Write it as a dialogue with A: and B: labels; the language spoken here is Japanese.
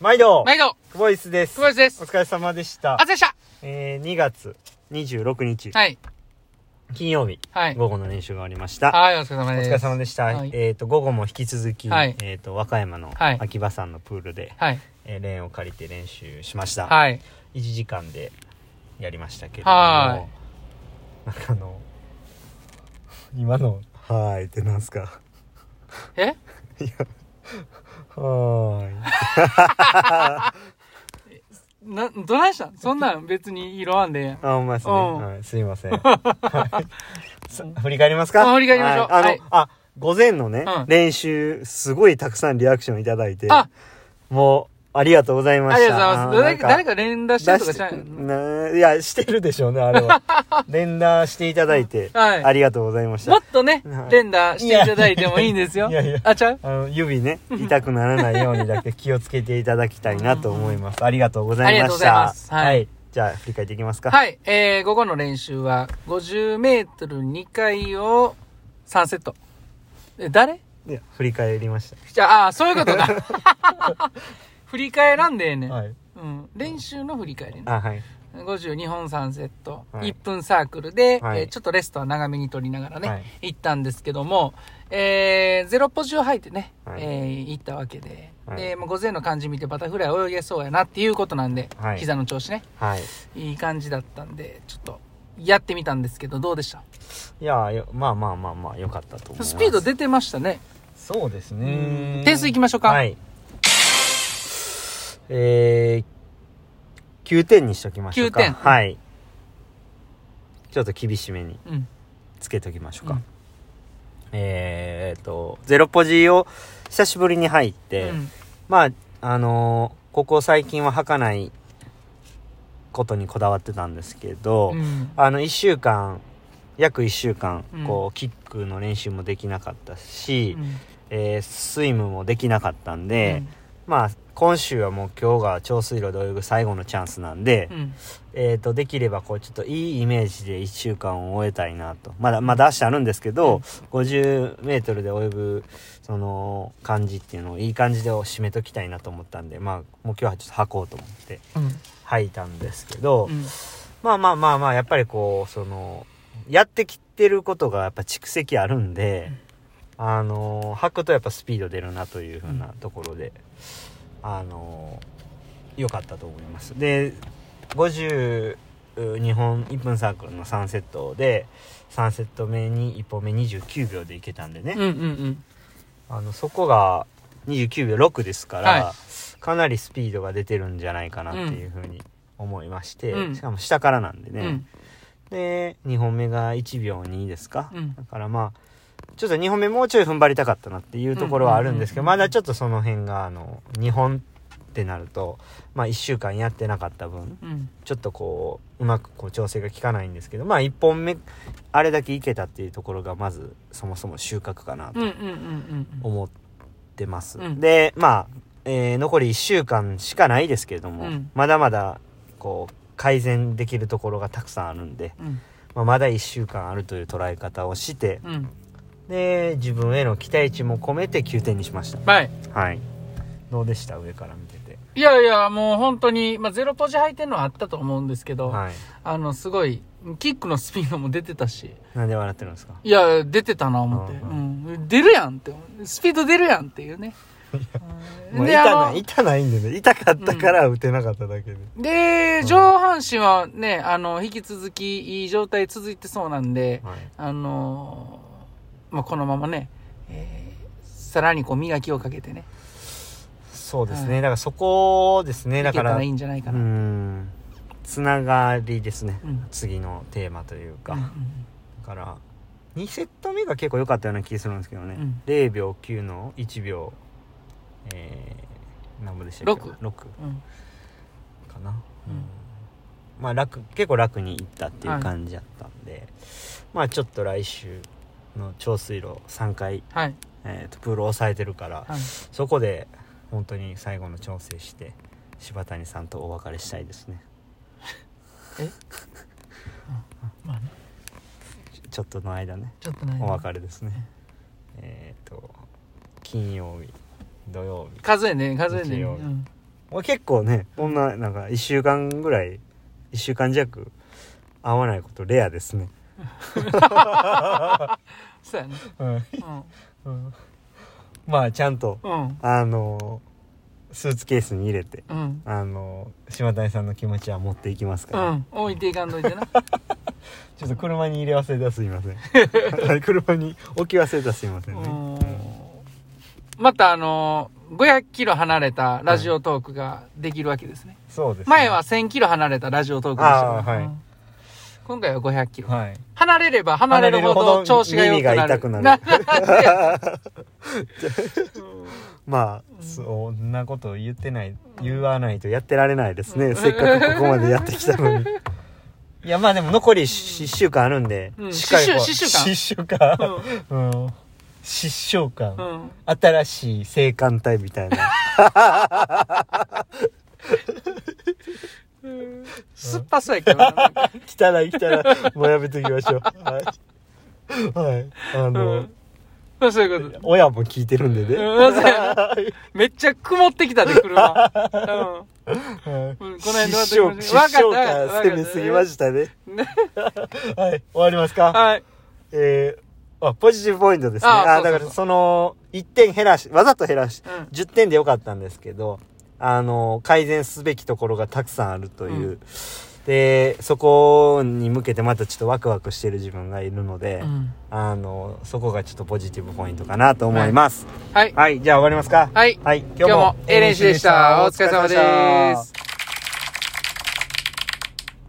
A: 毎度
B: 毎度、
A: クボイスです
B: 久保井です
A: お。疲れ様でした
B: あずでした
A: えー、2月26日、
B: はい。
A: 金曜日、
B: はい。
A: 午後の練習が終わりました
B: はい、お疲れ様
A: お
B: で
A: 疲
B: す。
A: れ様でした、
B: はい
A: えっ、と午後も引き続き、
B: はい
A: えっ、と和歌山の
B: はい
A: 秋葉山のプールで、
B: はい。
A: えーレーンを借りて練習しました、
B: はい。
A: 1時間でやりましたけれども
B: は
A: なんかあの今の「はーい」ってなんすか
B: え
A: いや「はーい」
B: な、どないしたんそんなん別に色あんでええや
A: あ、
B: ん。
A: ほんまですね。
B: うん
A: はい、すいま せん。はいさ振り返りますか
B: あ振り返りましょう
A: はいあの、
B: はい
A: あ、午前のね、
B: うん
A: 練習、すごいたくさんリアクションいただいて、
B: あ、
A: もう、ありがとうございま
B: あ
A: した。
B: りがとうございます。誰か、誰
A: か
B: か連打してるとかじゃないの
A: いや、してるでしょうね、あれ は。連打していただいて、
B: はい
A: ありがとうございました。
B: もっとね
A: は、い
B: 連打していただいてもいいんですよ
A: い。やいや
B: あ、ちゃう
A: あの指ね、痛くならないようにだけ気をつけていただきたいなと思います。ありがとうございました。
B: ありがとうございます
A: は。
B: はいい
A: じゃあ、振り返っていきますか。
B: はい。えー、午後の練習は50メートル2回を3セット。え、誰
A: いや振り返りまし
B: じゃあ、あーそういうことだ。 振り返らんでええね
A: た。
B: ん。
A: はい。
B: うん。練習の振り返りね。
A: あ、はい。
B: 52本3セット、
A: はい
B: 1分サークルで、
A: はい
B: えーちょっとレストは長めに取りながらね、
A: はい
B: 行ったんですけども、えーゼロポジを吐いてね、
A: はい
B: えー行ったわけで、
A: はい
B: でもう午前の感じ見てバタフライ泳げそうやなっていうことなんで、
A: はい
B: 膝の調子ね、
A: はい。
B: いい感じだったんで、ちょっとやってみたんですけど、どうでした
A: いやよまあまあまあまあ良かったと思います
B: スピード出てましたね。
A: そうです
B: う
A: ね
B: ん点数いきましょうか
A: はいえー、9点にしときましょうか
B: 9点
A: はいちょっと厳しめに
B: うん。
A: つけときましょうか、
B: うん
A: えーっとゼロポジを久しぶりに入って、
B: うん
A: まああのーここ最近は履かないことにこだわってたんですけど、
B: うん
A: あの1週間約1週間
B: うん
A: こう、キックの練習もできなかった
B: う
A: し、
B: ん
A: えースイムもできなかったんで、まあ今週はもう今日が長水路で泳ぐ最後のチャンスなんで、
B: うん
A: えー、とできればこうちょっといいイメージで1週間を終えたいなとまだまだ明日あるんですけど、50m で泳ぐその感じっていうのをいい感じで締めときたいなと思ったんでまあもう今日はちょっと履こうと思って
B: うん
A: 履いたんですけど、
B: うん
A: まあまあまあまあ、やっぱりこう、その、やってきてることがやっぱ蓄積あるんで、あのー、履くとやっぱスピード出るなというふうなところで、あのー、良かったと思います。で、52本1分サークルの3セットで、3セット目に1本目29秒でいけたんでね、
B: うんうん
A: あの、そこが29秒6ですから、
B: は
A: かなりスピードが出てるんじゃないかなっていうふうに思いまして、
B: うん
A: しかも下からなんで
B: う
A: ね、
B: ん
A: で2本目が1秒2ですか、
B: うん
A: だからまあちょっと2本目もうちょい踏ん張りたかったなっていうところはあるんですけど、
B: うんうんうん
A: まだちょっとその辺があの2本ってなると、まあ、1週間やってなかった分
B: うん
A: ちょっとこううまくこう調整が効かないんですけどまあ1本目あれだけいけたっていうところがまずそもそも収穫かな
B: うんうんう
A: と
B: んうん
A: 思ってます、
B: うん
A: でまあ、えー残り1週間しかないですけれども、
B: うん
A: まだまだこう改善できるところがたくさんあるんで
B: うん
A: まあ、まだ1週間あるという捉え方をして
B: うん
A: で自分への期待値も込めて9点にしまし
B: はい
A: たはいどうでした上から見てて
B: いやいや、もう本当に、まあ、ゼロポジ履いてるのはあったと思うんですけど、
A: はい
B: あの、すごい、キックのスピードも出てたし、
A: なんで笑ってるんですか
B: いや、出てたな、思って。
A: う
B: うん。出るやんって思う、スピード出るやんって いうね。うん
A: もう
B: で、
A: 痛
B: あ
A: ない
B: の、
A: 痛ないんでね痛かったから打てなかっただけで、
B: で、上半身はね、あの、引き続き、いい状態続いてそうなんで、
A: はい
B: あのーまあ、このままね、えーさらにこう、磨きをかけてね、
A: そうですね、
B: はい
A: だからそこですね
B: いけ
A: だ
B: た
A: から
B: らいいんじゃないかな。
A: う
B: うん
A: んつながりですね、
B: うん
A: 次のテーマというか、
B: う
A: だ
B: ん
A: から2セット目が結構良かったような気するんですけどね、
B: うん
A: 0秒9の1秒えー、何分でしたっけ
B: 六
A: 六
B: うん
A: かな、
B: うん
A: うんまあ楽結構楽にいったっていう感じだったんで、まあちょっと来週の長水路3回、
B: はい、
A: えーとプールを抑えてるから、
B: はい。
A: そこで本当に最後の調整して柴谷さんとお別れしたいですね
B: まあね、
A: ちょちょっとの間ね
B: ちょっとね、
A: お別れですねえっ、と金曜日土曜日
B: 数えね、数えね。
A: 日曜
B: うん
A: 俺結構ねこんななんか1週間ぐらい1週間弱会わないことレアですね、
B: そうやね。
A: うんまあちゃんと
B: うん。うん。
A: あのスーツケースに入れて
B: うん。
A: あの島谷さんの気持ちは持っていきますか
B: う
A: ら、
B: ん。置いていかんといて な。
A: ちょっと車に入れ忘れたらすいませ んはい車に置き忘れたらすいませんね、
B: うんまたあのー、500キロ離れたラジオトークができるわけですね。
A: そうですね
B: 前は1000キロ離れたラジオトークでしたから
A: あーはい
B: うん今回は500キロ。
A: はい
B: 離れれば離れるほど調子が良くなる。
A: 離れるほど耳が
B: 痛くなる。
A: まあそんなこと言ってない言わないとやってられないですね、せっかくここまでやってきたのに いやまあでも残り1週間あるんで、
B: うん
A: しっかりこう
B: しし
A: し
B: し
A: しゅ間うん疾走
B: う
A: 感、
B: んうん
A: 新しい性感帯みたい な
B: 酸っぱそうやけどななんか
A: 汚い汚いもうやめときましょうはい、はい、あ
B: う
A: の、
B: んまあそういうこと。
A: 親も聞いてるんでね、
B: うんそうやなめっちゃ曇ってきたで、車。
A: はい
B: うんこの辺どうやって
A: 失笑
B: わかった
A: 失笑感攻めすぎましたね。
B: うん。ね
A: はい、終わりますか。
B: はい。
A: えーあ、ポジティブポイントですね。
B: あ
A: あ
B: そうそうそう
A: だからその、1点減らし、わざと減らし、
B: うん
A: 10点でよかったんですけど、あの、改善すべきところがたくさんあるという。
B: う
A: で、そこに向けてまたちょっとワクワクしてる自分がいるので、
B: うん
A: あの、そこがちょっとポジティブポイントかなと思います。
B: はい。
A: はい、じゃあ終わりますか。
B: はい。
A: はい、
B: 今日も A 練習でした。お疲れ様
A: お疲れ様
B: で
A: でし
B: す
A: た。